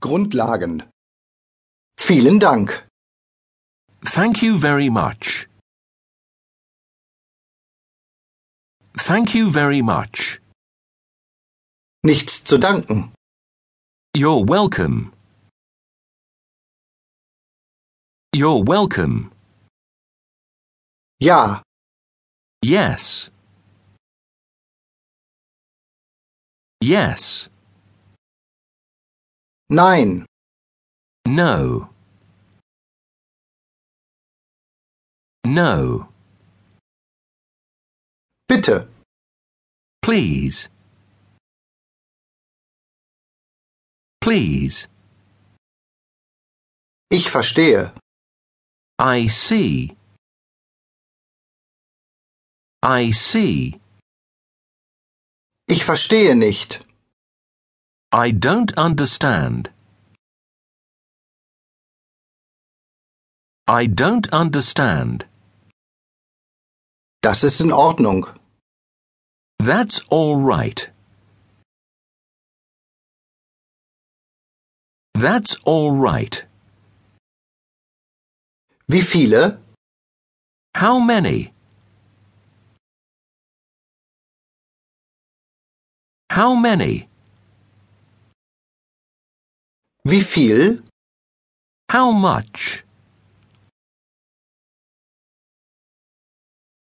Grundlagen. Vielen Dank. Thank you very much. Thank you very much. Nichts zu danken. You're welcome. You're welcome. Ja, Yes. Yes. nein, No. No. bitte, Please. Please. ich verstehe. I see. I see. Ich verstehe nicht. I don't understand. I don't understand. Das ist in Ordnung. That's all right. That's all right. Wie viele? How many? How many? Wie viel? How much?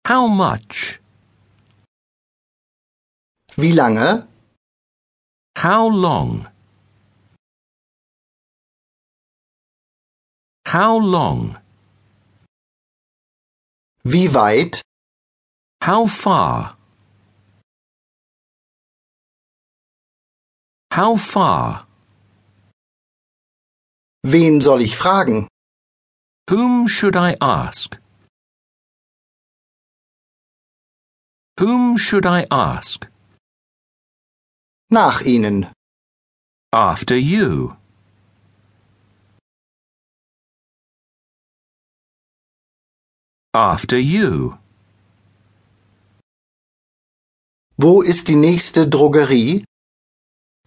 How much? Wie lange? How long? How long? Wie weit? How far? How far? Wen soll ich fragen? Whom should I ask? Whom should I ask? Nach Ihnen. After you. After you. Wo ist die nächste Drogerie?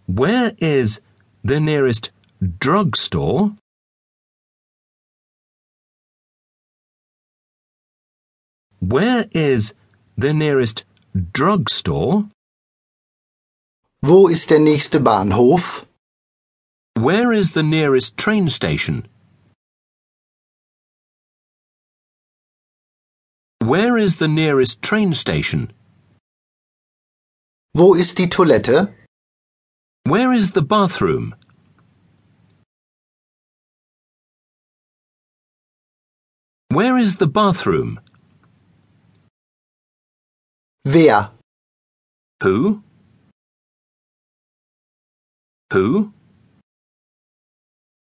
Where is the nearest drugstore? Where is the nearest drugstore? Wo ist der nächste Bahnhof? Where is the nearest train station? Where is the nearest train station? Wo ist die Toilette? Where is the bathroom? Where is the bathroom? Wer? Who? Who?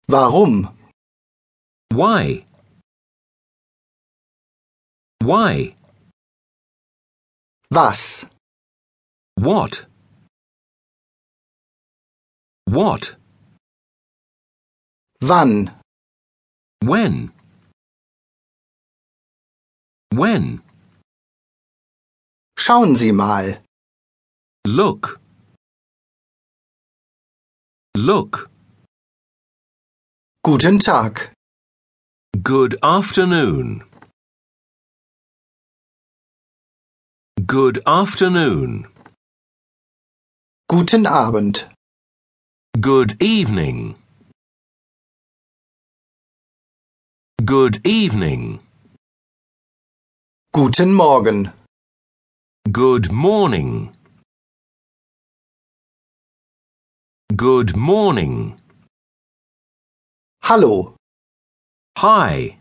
Warum? Why? Why? Was? What? What? Wann? When? When? Schauen Sie mal. Look. Look. Guten Tag. Good afternoon. Good afternoon. Guten Abend. Good evening. Good evening. Guten Morgen. Good morning. Good morning. Hallo. Hi.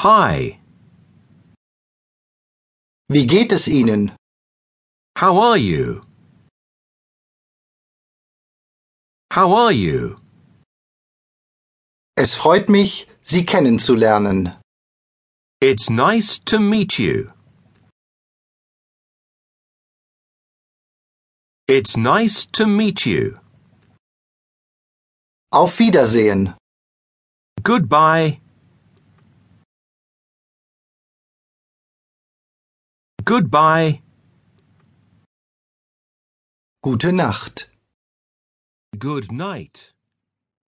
Hi. Wie geht es Ihnen? How are you? How are you? Es freut mich, Sie kennenzulernen. It's nice to meet you. It's nice to meet you. Auf Wiedersehen. Goodbye. Goodbye. Gute Nacht. Good night.